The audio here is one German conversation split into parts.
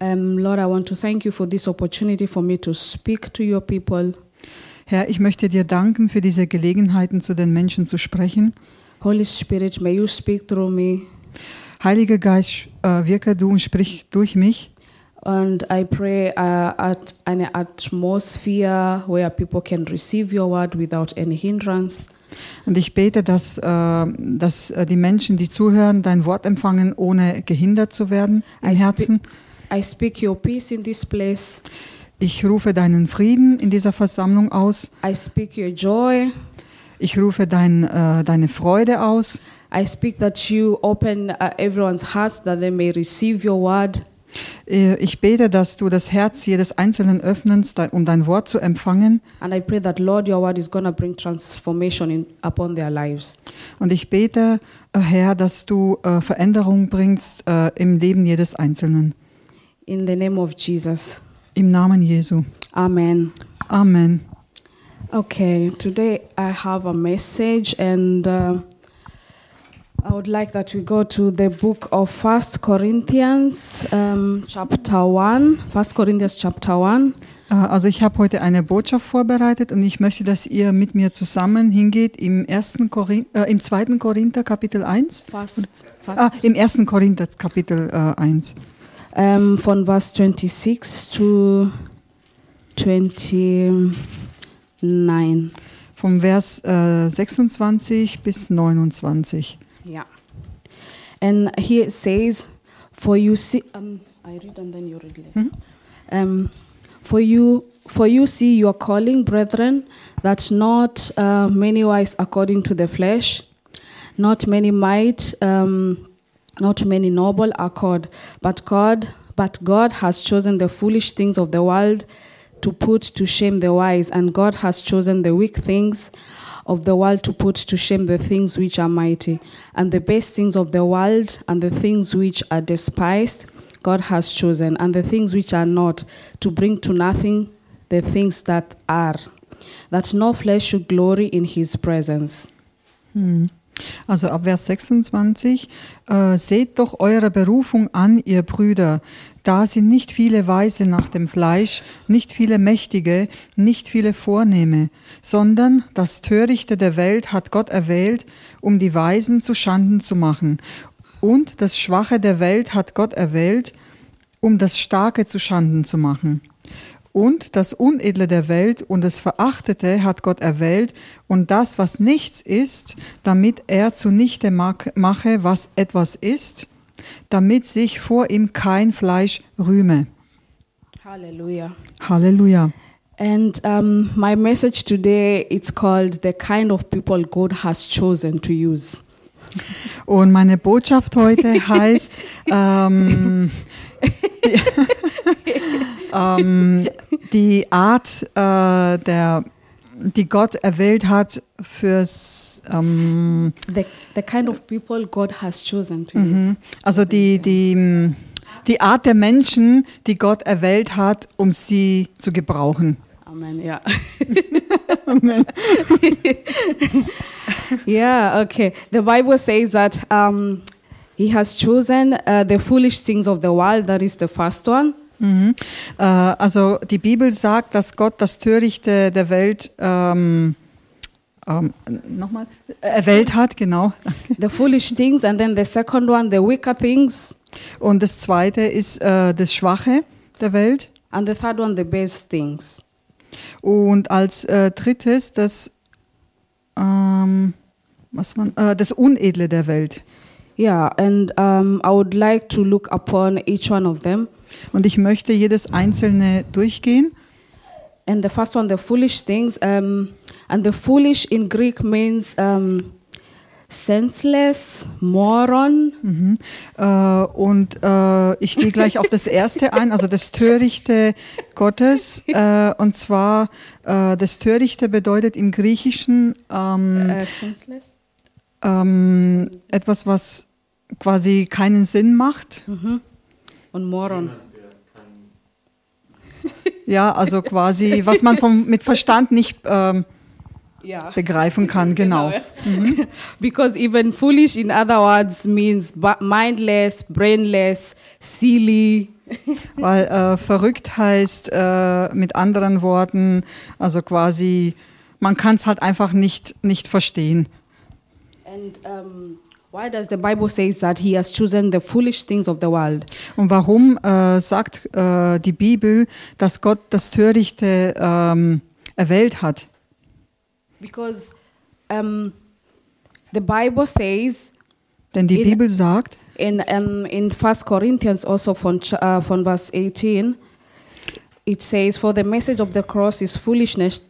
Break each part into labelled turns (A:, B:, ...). A: Um, Lord, I want to thank you for this opportunity for me to speak to your people.
B: Herr, ich möchte dir danken für diese Gelegenheiten, zu den Menschen zu sprechen.
A: Holy Spirit, may you speak through me.
B: Heiliger Geist, äh, wirke du und sprich durch mich.
A: And I pray uh, at an atmosphere where people can receive your word without any hindrance.
B: Und ich bete, dass, äh, dass äh, die Menschen, die zuhören, dein Wort empfangen, ohne gehindert zu werden im
A: I spe-
B: Herzen.
A: I speak your peace in this place.
B: Ich rufe deinen Frieden in dieser Versammlung aus.
A: I speak your joy.
B: Ich rufe dein, äh, deine Freude aus.
A: I speak that you open uh, everyone's hearts that they may receive your word.
B: Äh, Ich bete, dass du das Herz jedes Einzelnen öffnest, de- um dein Wort zu empfangen.
A: And I pray that, Lord, your word is going to bring transformation in, upon their lives.
B: Und ich bete, äh, Herr, dass du äh, Veränderung bringst äh, im Leben jedes Einzelnen.
A: In the name of Jesus.
B: Im Namen Jesu.
A: Amen.
B: Amen.
A: Okay, today I have a message, and uh, I would like that we go to the book of First Corinthians, um, chapter one. First Corinthians, chapter one.
B: Äh, Also ich habe heute eine Botschaft vorbereitet und ich möchte, dass ihr mit mir zusammen hingeht im, ersten Korin äh, im zweiten Korinther Kapitel 1.
A: First, first
B: Ah, Im ersten Korinther Kapitel äh, 1.
A: um, from verse twenty-six to twenty-nine.
B: Vom Vers äh, 26 bis 29.
A: Yeah. And here it says, "For you see, um, I read and then you read later. Um, for you, for you see your calling, brethren, that not uh, many wise according to the flesh, not many might, um, not many noble are called, but God, but God has chosen the foolish things of the world." To put to shame the wise, and God has chosen the weak things of the world to put to shame the things which are mighty, and the base things of the world, and the things which are despised, God has chosen, and the things which are not, to bring to nothing the things that are, that no flesh should glory in his presence.
B: Hm. Also ab Vers 26, äh, seht doch eure Berufung an, ihr Brüder, da sind nicht viele Weise nach dem Fleisch, nicht viele Mächtige, nicht viele Vornehme, sondern das Törichte der Welt hat Gott erwählt, um die Weisen zu Schanden zu machen. Und das Schwache der Welt hat Gott erwählt, um das Starke zu Schanden zu machen. Und das Unedle der Welt und das Verachtete hat Gott erwählt und das, was nichts ist, damit er zunichte mag- mache, was etwas ist, damit sich vor ihm kein Fleisch rühme.
A: Hallelujah.
B: Halleluja.
A: And um, my message today it's called the kind of people God has chosen to use.
B: Und meine Botschaft heute heißt, ähm, die, ähm, die Art, äh, der, die Gott erwählt hat fürs... Ähm,
A: The, the kind of people God has chosen to use.
B: Mhm. Also die, die, mh, die Art der Menschen, die Gott erwählt hat, um sie zu gebrauchen.
A: Amen. Yeah. yeah. Okay. The Bible says that um, He has chosen uh, the foolish things of the world. That is the first one.
B: Mhm. Äh, also die Bibel sagt, dass Gott das Törichte der Welt ähm, ähm, nochmal äh, erwählt hat, genau.
A: The foolish things, and then the second one, the weaker things,
B: Und das Zweite ist äh, das Schwache der Welt.
A: and the third one, the best things.
B: Und als äh, Drittes das, ähm, was man, äh, das Unedle der Welt.
A: Yeah. And um, I would like to look upon each one of them.
B: Und ich möchte jedes einzelne durchgehen.
A: And the first one, the foolish things. Um, and the foolish in Greek means um, senseless, moron.
B: Mhm. Äh, und äh, ich gehe gleich auf das erste ein, also das Törichte Gottes. Äh, und zwar, äh, das Törichte bedeutet im Griechischen ähm,
A: Uh, senseless.
B: ähm, etwas, was quasi keinen Sinn macht.
A: Und Moron.
B: Ja, also quasi, was man vom, mit Verstand nicht ähm,
A: Yeah.
B: begreifen kann, genau.
A: Mhm. because even foolish, in other words, means bu- mindless, brainless, silly.
B: Weil äh, verrückt heißt äh, mit anderen Worten, also quasi, man kann es halt einfach nicht, nicht verstehen.
A: And um, why does the Bible says that He has chosen the foolish things of the world?
B: Und warum äh, sagt äh, die Bibel, dass Gott das Törichte ähm, erwählt hat?
A: Because um, the Bible says
B: Denn die
A: In-
B: Bibel sagt,
A: in um, in First Corinthians also from ch- uh, from verse eighteen, it says, "For the message of the cross is foolishness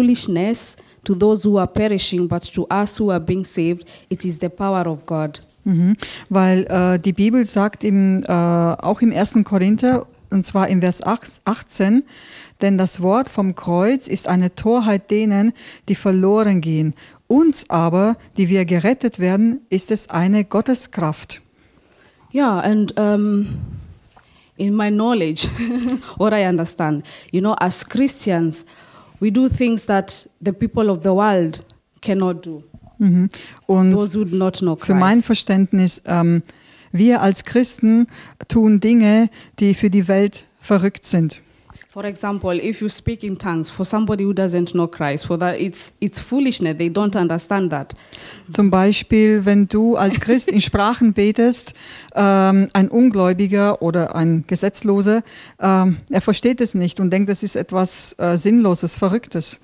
A: foolishness to those who are perishing, but to us who are being saved, it is the power of God."
B: Mhm. Weil äh, die Bibel sagt im, äh, auch im 1. Korinther, und zwar im Vers 8 18, denn das Wort vom Kreuz ist eine Torheit denen, die verloren gehen. Uns aber, die wir gerettet werden, ist es eine Gotteskraft.
A: Yeah, and um, in my knowledge, what I understand, you know, as Christians, we do things that the people of the world cannot do.
B: Mhm. Und
A: Those who do not know
B: für mein
A: Christ.
B: Verständnis, ähm, wir als Christen tun Dinge, die für die Welt verrückt sind.
A: For example, if you speak in tongues for somebody who doesn't know Christ, for that it's it's foolishness. They don't understand that.
B: Zum Beispiel, wenn du als Christ in Sprachen betest, ähm, ein Ungläubiger oder ein Gesetzloser, ähm, er versteht es nicht und denkt, es ist etwas äh, Sinnloses, Verrücktes.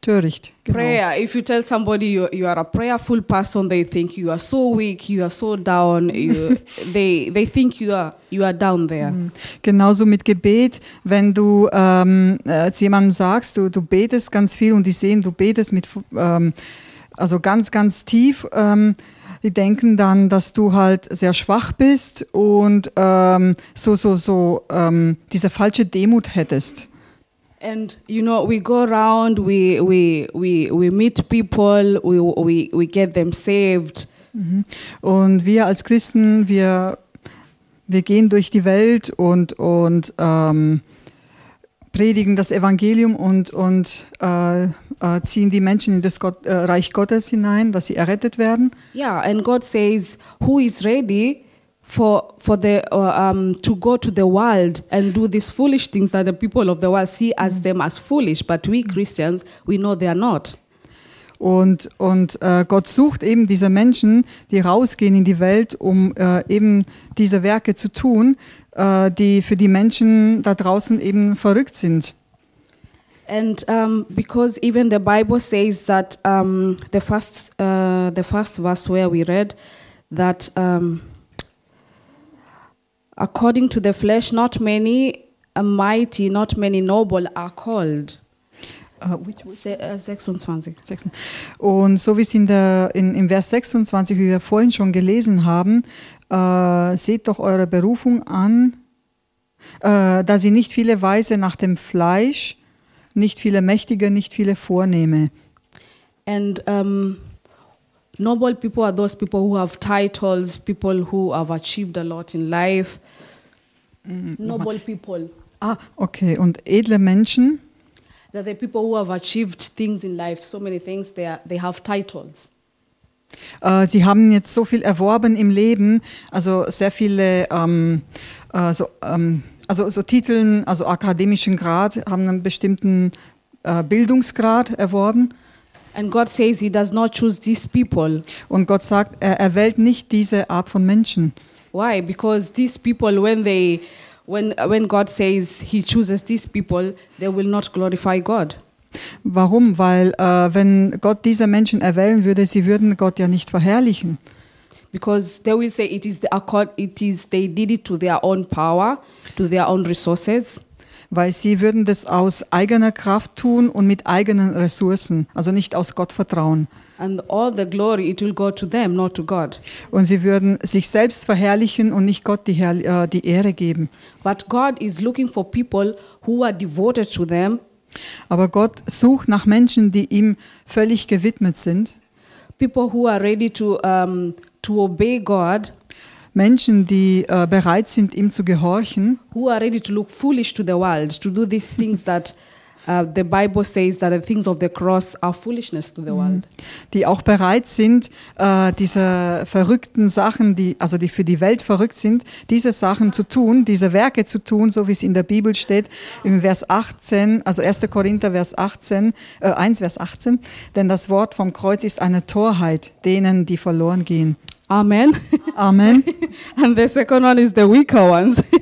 B: Töricht. Genau.
A: Prayer. If you tell somebody you, you are a prayerful person, they think you are so weak, you are so down. You, they they think you are you are down there.
B: Genauso mit Gebet, wenn du ähm, äh, zu jemandem sagst, du, du betest ganz viel und die sehen, du betest mit, ähm, also ganz, ganz tief, ähm, die denken dann, dass du halt sehr schwach bist und ähm, so, so, so ähm, diese falsche Demut hättest.
A: And you know, we go around, we we we we meet people, we we we get them saved.
B: Mhm. Und wir als Christen, wir, wir gehen durch die Welt und, und ähm, predigen das Evangelium und, und äh, äh, ziehen die Menschen in das Gott, äh, Reich Gottes hinein, dass sie errettet werden.
A: Yeah, and God says, "Who is ready for for the uh, um to go to the world and do these foolish things that the people of the world see as them as foolish, but we Christians we know they are not."
B: Und, und äh, Gott sucht eben diese Menschen, die rausgehen in die Welt, um äh, eben diese Werke zu tun, äh, die für die Menschen da draußen eben verrückt sind.
A: And um, because even the Bible says that um, the first uh, the first verse where we read that um, according to the flesh, not many are mighty, not many noble are called.
B: Äh, which
A: Se uh, 26.
B: 26. Und so wie es in der, in, im Vers 26, wie wir vorhin schon gelesen haben, äh, seht doch eure Berufung an, äh, da sie nicht viele Weise nach dem Fleisch, nicht viele Mächtige, nicht viele Vornehme.
A: And um, noble people are those people who have titles, people who have achieved a lot in life. Noble people.
B: Ah, okay. Und edle Menschen,
A: They're the people who have achieved things in life, so many things. They, are, they have titles.
B: äh, sie haben jetzt so viel erworben im Leben, also sehr viele, ähm, äh, so, ähm, also so Titeln, also akademischen Grad, haben einen bestimmten äh, Bildungsgrad erworben.
A: And God says He does not choose these people.
B: Und Gott sagt, er, er wählt nicht diese Art von Menschen.
A: Why? Because these people, when they, when when God says He chooses these people, they will not glorify God.
B: Warum? Weil äh, wenn Gott diese Menschen erwählen würde, sie würden Gott ja nicht verherrlichen.
A: Because they will say it is the accord, it is they did it to their own power, to their own resources.
B: Weil sie würden das aus eigener Kraft tun und mit eigenen Ressourcen, also nicht aus Gott vertrauen.
A: And all the glory it will go to them, not to God.
B: Und sie würden sich selbst verherrlichen und nicht Gott die, Herr, äh, die Ehre geben.
A: But God is looking for people who are devoted to them,
B: Aber Gott sucht nach Menschen, die ihm völlig gewidmet sind.
A: people who are ready to um, to obey God,
B: Menschen, die äh, bereit sind, ihm zu gehorchen
A: who are ready to look foolish to the world, to do these things that Uh, the Bible says that the things of the cross are foolishness to the world.
B: die auch bereit sind, äh, diese verrückten Sachen, die, also die für die Welt verrückt sind, diese Sachen zu tun, diese Werke zu tun, so wie es in der Bibel steht, im Vers 18, also 1. Korinther Vers 18, äh, 1 Vers 18, denn das Wort vom Kreuz ist eine Torheit denen, die verloren gehen.
A: Amen.
B: Amen.
A: and the second one is the weaker ones,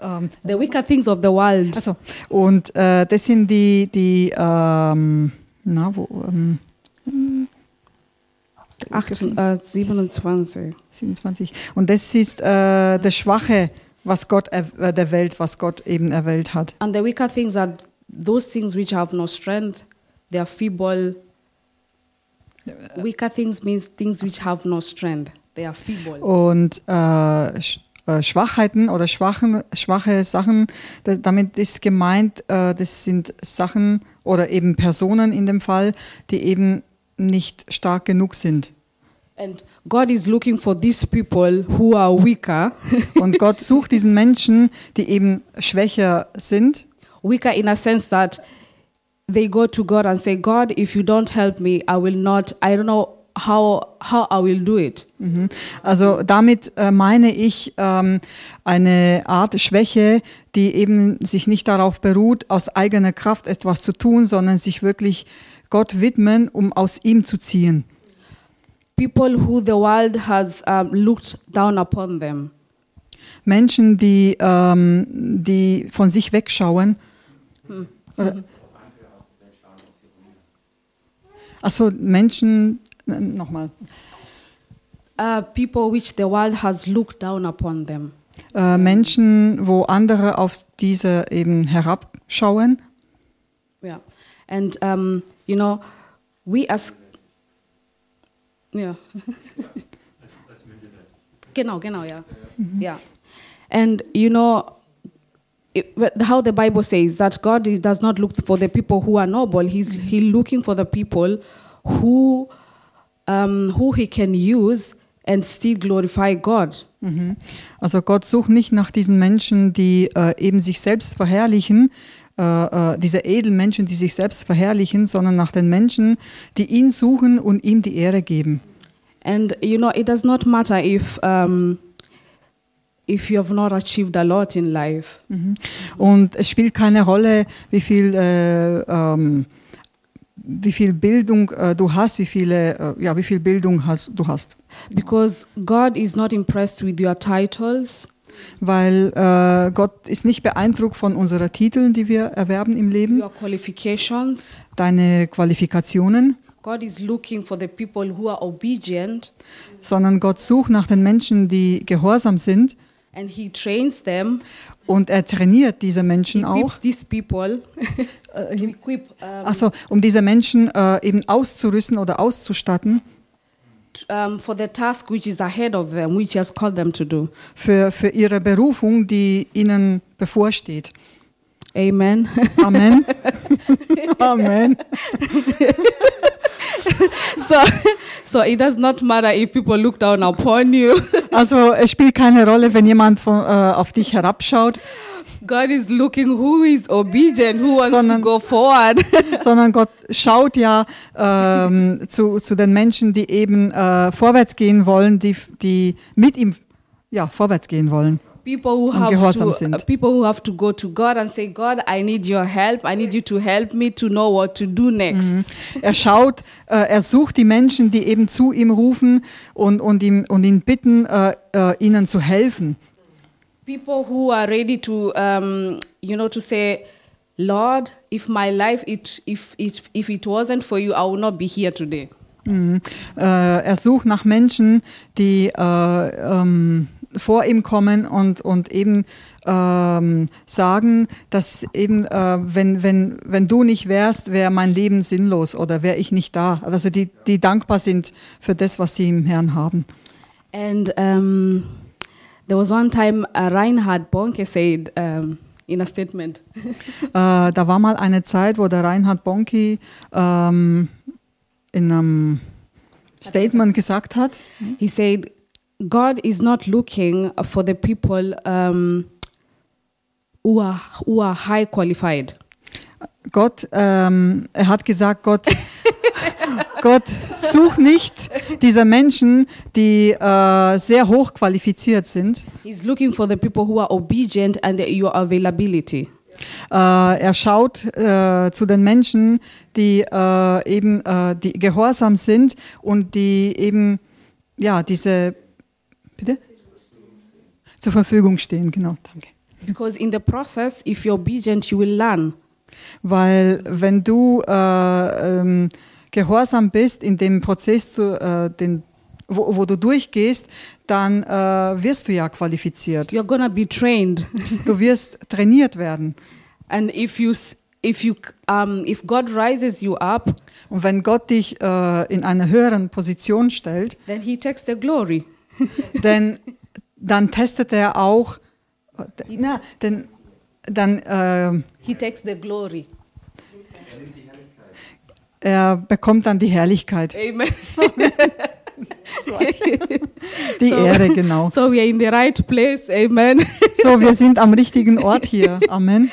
B: Ähm,
A: the weaker things of the world.
B: also, und äh, das sind die, die, ähm, na, wo, ähm,
A: Acht, uh, 27.
B: 27. Und das ist äh, das Schwache, was Gott er, äh, der Welt, was Gott eben erwählt hat.
A: And the weaker things are those things which have no strength, they are feeble. Weaker things means things which have no strength. They are feeble.
B: Und äh, Sch äh, Schwachheiten oder schwachen, schwache Sachen, da, damit ist gemeint, äh, das sind Sachen oder eben Personen in dem Fall, die eben nicht stark genug sind.
A: And God is looking for these people who are weaker,
B: Und Gott sucht diesen Menschen, die eben schwächer sind.
A: weaker in a sense that they go to God and say, God, if you don't help me, I will not, I don't know how, how I will do it.
B: Mhm. Also damit äh, meine ich ähm, eine Art Schwäche, die eben sich nicht darauf beruht, aus eigener Kraft etwas zu tun, sondern sich wirklich Gott widmen, um aus ihm zu ziehen.
A: People who the world has um, looked down upon them.
B: Menschen, die, ähm, die von sich wegschauen. Oder- Ach so, Menschen, n- nochmal,
A: Uh, people which the world has looked down upon them.
B: äh, Menschen, wo andere auf diese eben herabschauen.
A: Yeah, and um, you know, we as yeah, genau, genau, yeah, yeah, and you know. It, but how the Bible says that God is- does not look for the people who are noble; He's He looking for the people who, um, who He can use and still glorify God.
B: Mhm. Also Gott sucht nicht nach diesen Menschen, die äh, eben sich selbst verherrlichen, äh, äh, diese edlen Menschen, die sich selbst verherrlichen, sondern nach den Menschen, die ihn suchen und ihm die Ehre geben.
A: And you know, it does not matter if um, if you have not achieved a lot in life.
B: Mhm. Und es spielt keine Rolle, wie viel, äh, ähm, wie viel Bildung äh, du hast, wie, viele, äh, ja, wie viel Bildung hast, du hast.
A: Because God is not impressed with your titles.
B: Weil äh, Gott ist nicht beeindruckt von unseren Titeln, die wir erwerben im Leben,
A: Your qualifications.
B: deine Qualifikationen,
A: God is looking for the people who are obedient
B: sondern Gott sucht nach den Menschen, die gehorsam sind.
A: and He trains them.
B: Und er trainiert diese
A: He
B: Menschen
A: equips
B: auch,
A: these people
B: äh,
A: to equip, um,
B: also um diese Menschen äh, eben auszurüsten oder auszustatten
A: t- um, for the task which is ahead of them, which He has called them to do.
B: für, für ihre Berufung, die ihnen bevorsteht.
A: Amen.
B: Amen. Amen.
A: so, so it does not matter if people look down upon you.
B: Also es spielt keine Rolle, wenn jemand von, äh, auf dich herabschaut,
A: God is looking who is obedient, who wants to
B: Sondern-
A: go forward.
B: sondern Gott schaut ja ähm, zu, zu den Menschen, die eben äh, vorwärts gehen wollen, die, die mit ihm ja, vorwärts gehen wollen.
A: people who
B: Und
A: have
B: gehorsam
A: to uh,
B: sind.
A: people who have to go to God and say, God, I need your help. I need you to help me to know what to do next.
B: Er schaut, äh, er sucht die Menschen, die eben zu ihm rufen und, und, ihm, und ihn bitten, äh, äh, ihnen zu helfen.
A: People who are ready to, um, you know, to say, Lord, if my life it if it if it wasn't for you, I would not be here today.
B: Mhm. Äh, er sucht nach Menschen, die äh, ähm, vor ihm kommen und, und eben ähm, sagen, dass eben, äh, wenn, wenn, wenn du nicht wärst, wäre mein Leben sinnlos oder wäre ich nicht da. Also die, die dankbar sind für das, was sie im Herrn haben.
A: And um, there was one time uh, Reinhard Bonke said um, in a statement,
B: Äh, da war mal eine Zeit, wo der Reinhard Bonki ähm, in einem Statement gesagt hat,
A: he said, God is not looking for the people um, who are who are high qualified.
B: Gott, ähm, er hat gesagt, Gott, Gott, such nicht dieser Menschen, die äh, sehr hoch qualifiziert sind.
A: He's looking for the people who are obedient and your availability.
B: Äh, er schaut äh, zu den Menschen, die äh, eben äh, die gehorsam sind und die eben ja diese bitte zur Verfügung stehen. Genau, danke.
A: Because in the process, if you're obedient, you will learn.
B: Weil wenn du äh, ähm, gehorsam bist in dem Prozess, du, äh, den, wo, wo du durchgehst, dann äh, wirst du ja qualifiziert.
A: You're gonna be trained.
B: Du wirst trainiert werden.
A: And if you s- if you um, if God rises you up,
B: Und wenn Gott dich äh, in einer höheren Position stellt,
A: then He takes the glory.
B: denn dann testet er auch, na, denn, dann äh,
A: He takes the glory.
B: er bekommt dann die Herrlichkeit,
A: Amen.
B: die
A: So.
B: Ehre, genau.
A: So we are in the right place. Amen.
B: So, wir sind am richtigen Ort hier. Amen.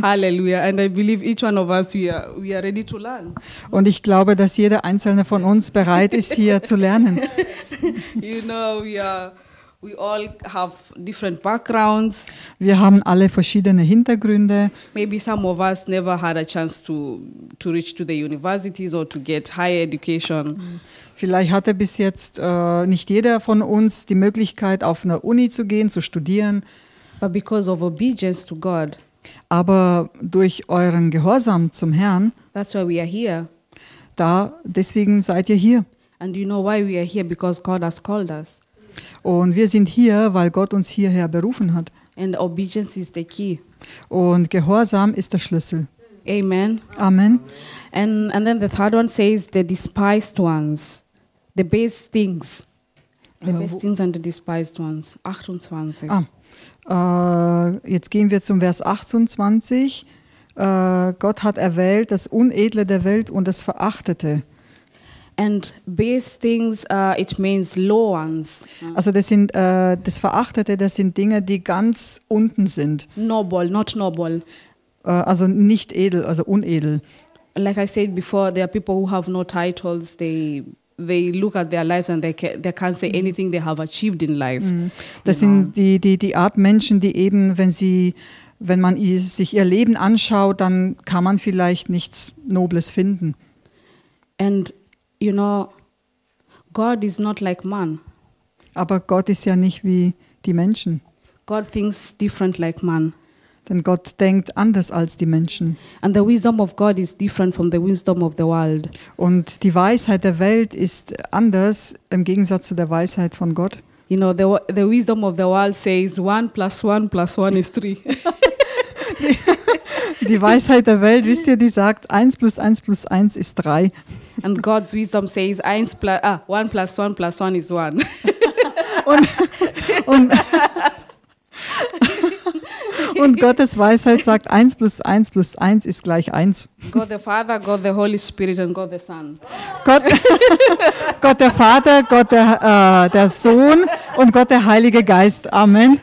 A: Hallelujah. And I believe each one of us we are we are ready to learn.
B: Und ich glaube, dass jeder einzelne von uns bereit ist, hier zu lernen.
A: You know, we are we all have different backgrounds.
B: Wir haben alle verschiedene Hintergründe.
A: Maybe some of us never had a chance to to reach to the universities or to get higher education.
B: Vielleicht hatte bis jetzt äh, nicht jeder von uns die Möglichkeit, auf eine Uni zu gehen, zu studieren.
A: But because of obedience to God,
B: Aber durch euren Gehorsam zum Herrn,
A: that's why we are here.
B: da deswegen seid ihr hier.
A: And you know why we are here? Because God has called us.
B: Und wir sind hier, weil Gott uns hierher berufen hat.
A: And obedience is the key.
B: Und Gehorsam ist der Schlüssel.
A: Amen.
B: Amen.
A: And, and then the third one says the despised ones, the base things. The
B: Uh,
A: best things and the despised ones. 28.
B: Ah, äh, jetzt gehen wir zum Vers 28. Äh, Gott hat erwählt das Unedle der Welt und das Verachtete.
A: And base things, uh, it means low ones, Uh,
B: Also das sind äh, das Verachtete, das sind Dinge, die ganz unten sind.
A: noble, not noble.
B: Äh, also nicht edel, also unedel.
A: Like I said before, there are people who have no titles. They they look at their lives and they, ca- they can't say anything they have achieved in life.
B: Mm. Das sind die, die, die Art Menschen, die eben, wenn sie, wenn man ihr- sich ihr Leben anschaut, dann kann man vielleicht nichts Nobles finden.
A: And you know, God is not like man.
B: Aber Gott ist ja nicht wie die Menschen.
A: God thinks different like man.
B: Denn Gott denkt anders als die Menschen.
A: And the wisdom of God is different from the wisdom of the world.
B: Und die Weisheit der Welt ist anders im Gegensatz zu der Weisheit von Gott.
A: You know, the, wo- the wisdom of the world says one plus one plus one is three.
B: Die Weisheit der Welt, wisst ihr, die sagt, 1 plus 1 plus 1 ist 3.
A: and God's wisdom says eins pla- ah, one plus one plus one is one.
B: Und, und Gottes Weisheit sagt, 1 plus 1 plus 1 ist gleich 1.
A: God the Father, God the Holy Spirit, and God the Son.
B: Gott, Gott der Vater, Gott der, äh, der Sohn und Gott der Heilige Geist. Amen.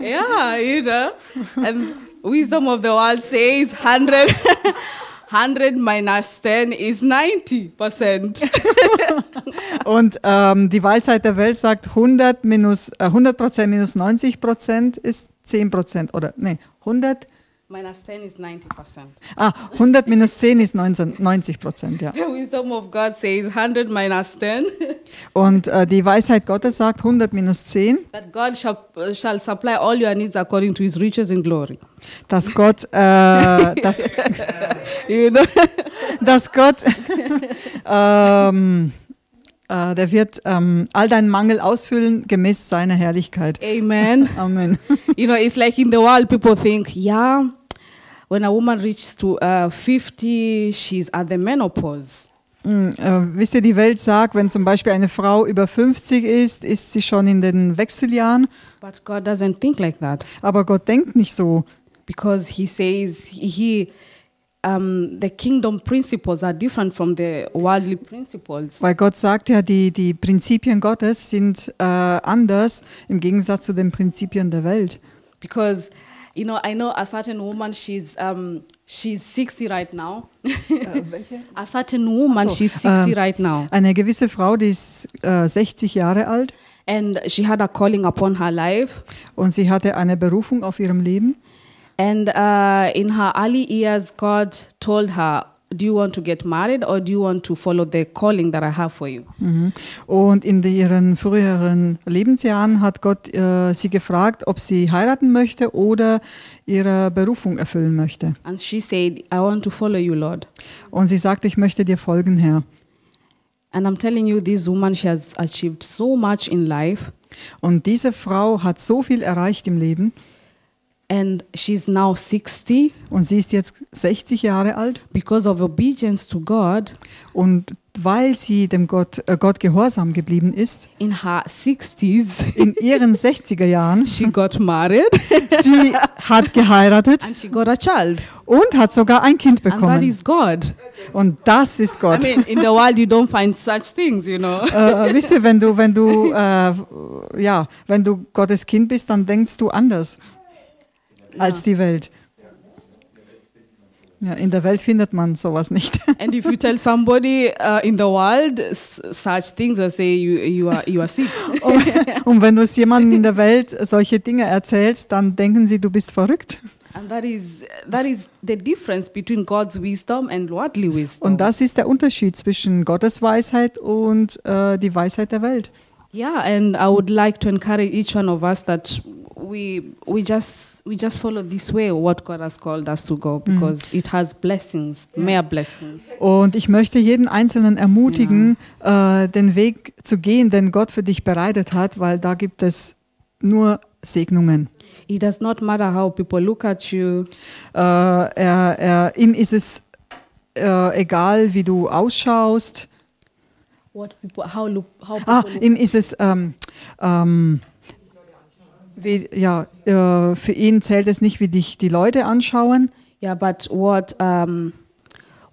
A: Yeah, you know. And wisdom of the world says 100, 100 minus 10 is 90%.
B: Und ähm, die Weisheit der Welt sagt, 100 minus, äh, 100 Prozent minus 90 Prozent ist 10 Prozent. Oder, nee, 100,
A: Minus 10 is 90%.
B: ah, 100 minus 10 ist 19, 90 Prozent, ja.
A: The wisdom of God says 100 minus 10
B: Und äh, die Weisheit Gottes sagt, 100 minus 10,
A: that God shall, shall supply all your needs according to his riches in glory.
B: dass Gott, äh, dass,
A: You know?
B: dass Gott, ähm, äh, der wird ähm, all deinen Mangel ausfüllen gemäß seiner Herrlichkeit.
A: Amen.
B: Amen.
A: You know, it's like in the world, people think, yeah, when a woman reaches to uh, 50, she's at the menopause.
B: Mm, äh, wisst ihr, die Welt sagt, wenn zum Beispiel eine Frau über 50 ist, ist sie schon in den Wechseljahren.
A: But God doesn't think like that.
B: Aber Gott denkt nicht so.
A: because he says he um, the kingdom principles are different from the worldly principles.
B: Weil Gott sagt ja, die, die Prinzipien Gottes sind äh, anders im Gegensatz zu den Prinzipien der Welt.
A: Because, you know, I know a certain woman, she's, um, she's 60 right now. a certain woman, she's 60
B: Ähm,
A: right now.
B: Eine gewisse Frau, die ist äh, 60 Jahre alt
A: And she had a calling upon her life.
B: und sie hatte eine Berufung auf ihrem Leben.
A: And uh, in her early years, God told her, Do you want to get married or do you want to follow the calling that I have for you?
B: Mhm. Und in ihren früheren Lebensjahren hat Gott äh, sie gefragt, ob sie heiraten möchte oder ihre Berufung erfüllen möchte.
A: And she said, I want to follow you, Lord.
B: Und sie sagte, ich möchte dir folgen, Herr.
A: And I'm telling you, this woman, she has achieved so much in life.
B: Und diese Frau hat so viel erreicht im Leben
A: And she's now 60
B: und sie ist jetzt 60 Jahre alt
A: because of obedience to God.
B: und weil sie dem Gott, äh, Gott gehorsam geblieben ist,
A: In her 60s,
B: in ihren 60er Jahren,
A: she got married
B: sie hat geheiratet
A: and she got a child.
B: und hat sogar ein Kind
A: And that
B: bekommen.
A: is God.
B: Und das ist
A: I
B: Gott.
A: mean, in the world, you don't find such things, you know.
B: äh, wisst ihr, wenn du, wenn du, äh, ja, wenn du Gottes Kind bist, dann denkst du anders als die Welt. Ja, in der Welt findet man sowas nicht.
A: And if you tell somebody uh, in the world s- such things, they say you, you, are, you are sick.
B: Und, und wenn du es jemandem in der Welt solche Dinge erzählst, dann denken sie, du bist verrückt.
A: And that is, that is the difference between God's wisdom and worldly wisdom.
B: Und das ist der Unterschied zwischen Gottes Weisheit und äh, die Weisheit der Welt.
A: yeah, and I would like to encourage each one of us that we, we, just, we just follow this way, what God has called us to go, because it has blessings, mere blessings.
B: Und ich möchte jeden Einzelnen ermutigen, äh, den Weg zu gehen, den Gott für dich bereitet hat, weil da gibt es nur Segnungen.
A: It does not matter how people look at you,
B: Äh, er, er, ihm ist es äh, egal, wie du ausschaust.
A: what people, how, look, how people
B: Ah,
A: look.
B: ihm ist es, ähm, ähm, wie, ja, äh, für ihn zählt es nicht, wie dich die Leute anschauen.
A: Yeah, but what um,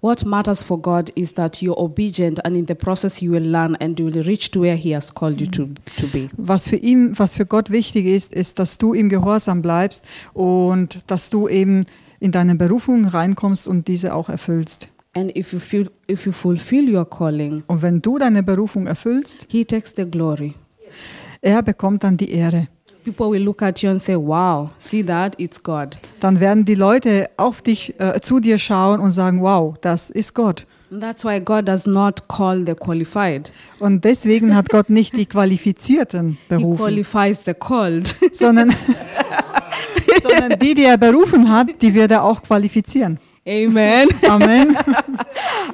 A: what matters for God is that you're obedient, and in the process you will learn and you will reach to where He has called you to to be.
B: Was für ihn, was für Gott wichtig ist, ist, dass du ihm gehorsam bleibst und dass du eben in deine Berufung reinkommst und diese auch erfüllst.
A: And if you feel if you fulfill your calling,
B: Und wenn du deine Berufung erfüllst,
A: He takes the glory.
B: er bekommt dann die Ehre.
A: People will look at you and say, "Wow, see that? It's God."
B: Dann werden die Leute auf dich, äh, zu dir schauen und sagen, wow, das ist Gott.
A: And that's why God does not call the qualified;
B: Und deswegen hat Gott nicht die Qualifizierten
A: He
B: berufen,
A: qualifies the called.
B: sondern, sondern die, die er berufen hat, die wird er auch qualifizieren.
A: Amen.
B: Amen.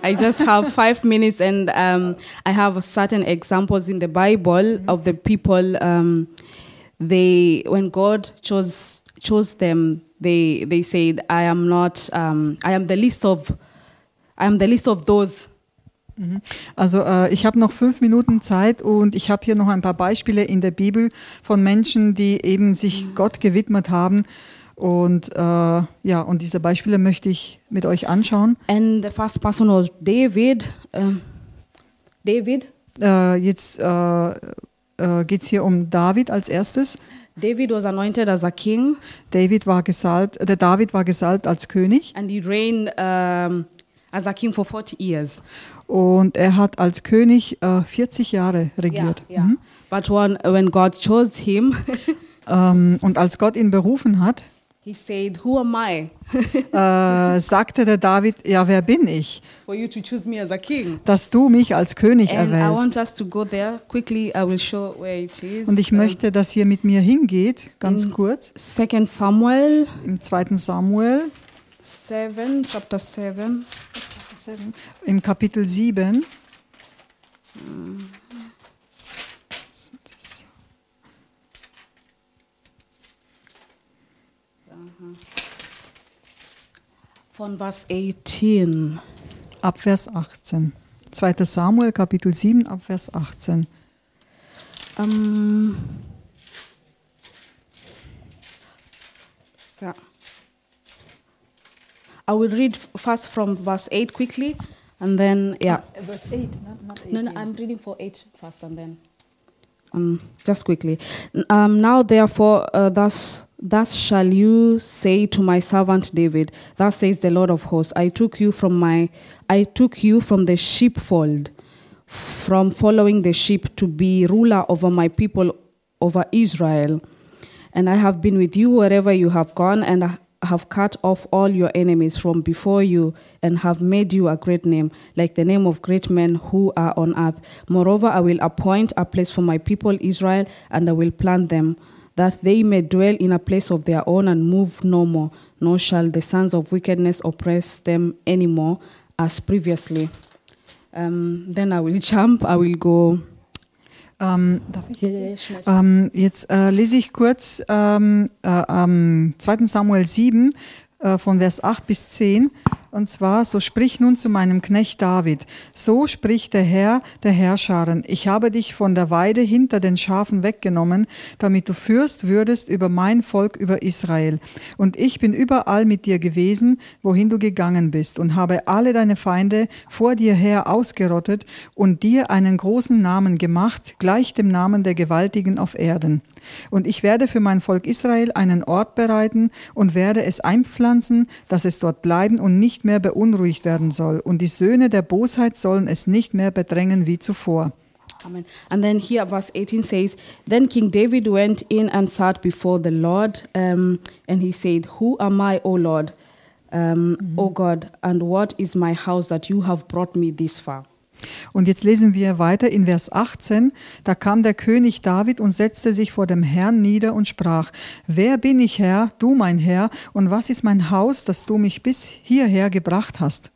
A: I just have five minutes, and um, I have certain examples in the Bible of the people. Um, they, when God chose chose them, they they said, "I am not. Um, I am the least of. I am the least of those."
B: Also äh, ich habe noch fünf Minuten Zeit und ich habe hier noch ein paar Beispiele in der Bibel von Menschen, die eben sich Gott gewidmet haben. Und äh, ja, und diese Beispiele möchte ich mit euch anschauen.
A: And the first person was David. Um, David.
B: Äh, jetzt äh, äh, geht es hier um David als erstes.
A: David was anointed as a king,
B: David war gesalbt, der David war gesalbt als König.
A: and he reigned um, as a king for forty years.
B: Und er hat als König äh, 40 Jahre regiert.
A: Yeah, yeah.
B: Mhm.
A: But when, when God chose him,
B: Ähm, und als Gott ihn berufen hat,
A: he said, Who am I
B: äh, sagte der David, ja, wer bin ich,
A: for you to choose me as a king?
B: dass du mich als König
A: And I
B: erwählst.
A: want us to go there quickly. I will show where it is.
B: Und ich
A: Um,
B: möchte, dass ihr mit mir hingeht, ganz
A: In-
B: kurz,
A: Second Samuel
B: im 2. Samuel,
A: 7, chapter 7.
B: im Kapitel 7.
A: Von Vers 18.
B: Ab Vers 18. 2. Samuel, Kapitel 7, ab Vers 18.
A: Ähm, ja. I will read f- first from verse 8 quickly, and then, yeah.
B: Verse 8, not, not
A: No, no, I'm reading for eight first and then. Um, just quickly. N- Um, now, therefore, uh, thus, thus shall you say to my servant David, Thus says the Lord of hosts, I took you from my, I took you from the sheepfold, from following the sheep to be ruler over my people, over Israel. And I have been with you wherever you have gone, and I have cut off all your enemies from before you, and have made you a great name, like the name of great men who are on earth. Moreover, I will appoint a place for my people Israel, and I will plant them, that they may dwell in a place of their own and move no more, nor shall the sons of wickedness oppress them any more, as previously. Um, then I will jump, I will go.
B: Ähm, darf ich? Ähm, jetzt äh, lese ich kurz ähm, äh, ähm, 2. Samuel 7 äh, von Vers 8 bis 10. Und zwar, so sprich nun zu meinem Knecht David. So spricht der Herr, der Herrscharen. Ich habe dich von der Weide hinter den Schafen weggenommen, damit du fürst würdest über mein Volk, über Israel. Und ich bin überall mit dir gewesen, wohin du gegangen bist, und habe alle deine Feinde vor dir her ausgerottet und dir einen großen Namen gemacht, gleich dem Namen der Gewaltigen auf Erden. Und ich werde für mein Volk Israel einen Ort bereiten und werde es einpflanzen, dass es dort bleiben und nicht mehr beunruhigt werden soll. Und die Söhne der Bosheit sollen es nicht mehr bedrängen wie zuvor.
A: Amen. And then here, verse 18 says, Then King David went in and sat before the Lord, um, and he said, Who am I, O Lord, um, O God, and what is my house that you have brought me this far?
B: Und jetzt lesen wir weiter in Vers 18. Da kam der König David und setzte sich vor dem Herrn nieder und sprach, Wer bin ich, Herr, du mein Herr, und was ist mein Haus, dass du mich bis hierher gebracht hast?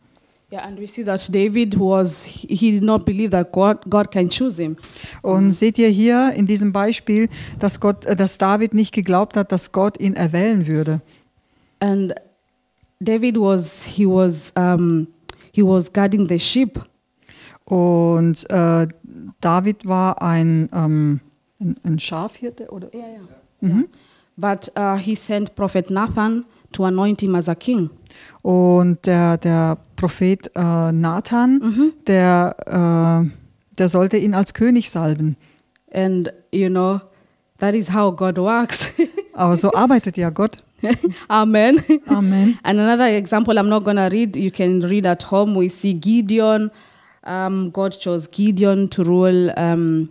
A: Yeah, and we see that David was, he he did not believe that God, God can choose him.
B: Und seht ihr hier in diesem Beispiel, dass, Gott, äh, dass David nicht geglaubt hat, dass Gott ihn erwählen würde.
A: And David was, he was, um, he was guarding the sheep.
B: Und äh, David war ein, ähm, ein, ein Schafhirte oder
A: Yeah, Mm-hmm. yeah. But uh, he sent Prophet Nathan to anoint him as a king.
B: Und der, der Prophet äh, Nathan, der, äh, der sollte ihn als König salben.
A: And you know, that is how God works.
B: Aber so arbeitet ja Gott.
A: Amen.
B: Amen.
A: And another example I'm not going to read, you can read at home. We see Gideon. Um, God chose Gideon to rule um,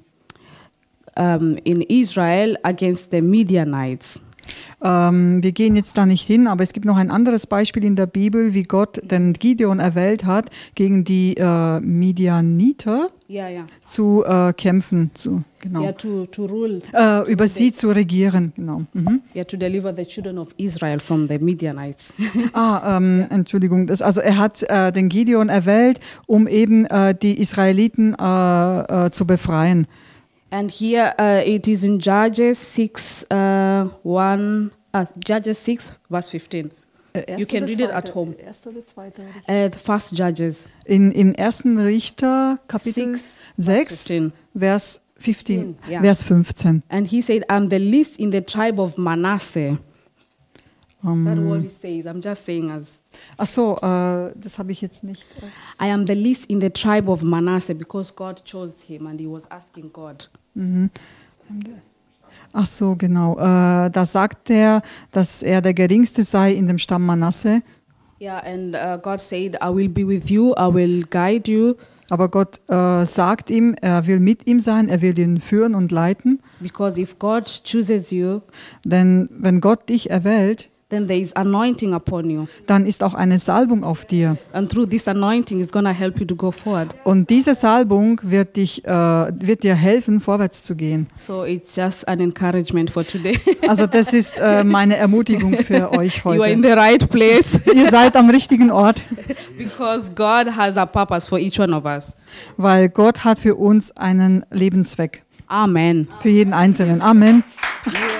A: um, in Israel against the Midianites.
B: Ähm, wir gehen jetzt da nicht hin, aber es gibt noch ein anderes Beispiel in der Bibel, wie Gott den Gideon erwählt hat, gegen die äh, Midianiter
A: Yeah, yeah.
B: zu äh, kämpfen, zu, genau.
A: Yeah, to, to rule,
B: Äh, über sie zu regieren, genau. Mhm.
A: yeah, to deliver the children of Israel from the Midianites.
B: Ah, ähm, Entschuldigung. Das, also er hat äh, den Gideon erwählt, um eben äh, die Israeliten äh, äh, zu befreien.
A: And here uh, it is in Judges 6, uh, 1, uh, Judges 6, verse 15. you can read it at home. Uh, the first Judges
B: In, Im ersten Richter Kapitel
A: 6,
B: 6,
A: 15.
B: Vers 15.
A: Ja.
B: Vers 15.
A: And he said, I'm the least in the tribe of Manasseh. That what he says. I'm just saying as
B: Ähm, Ach so, äh, das habe ich jetzt nicht. äh.
A: I am the least in the tribe of Manasseh because God chose him and he was asking God.
B: mhm. Ach so, genau. Äh, da sagt er, dass er der Geringste sei in dem Stamm Manasse.
A: Yeah, and uh, God said, I will be with you, I will guide you
B: Aber Gott äh, sagt ihm, er will mit ihm sein, er will ihn führen und leiten.
A: because if God chooses you,
B: Denn wenn Gott dich erwählt,
A: then there is anointing upon you.
B: dann ist auch eine Salbung auf dir.
A: And through this anointing, it's going to help you to go forward.
B: Und diese Salbung wird, dich, äh, wird dir helfen, vorwärts zu gehen.
A: So it's just an encouragement for today.
B: Also das ist äh, meine Ermutigung für euch
A: you are in
B: heute.
A: the right place
B: Ihr seid am richtigen Ort,
A: because God has a purpose for each one of us.
B: weil Gott hat für uns einen Lebenszweck.
A: Amen.
B: Für jeden Einzelnen. Amen.
A: Yeah.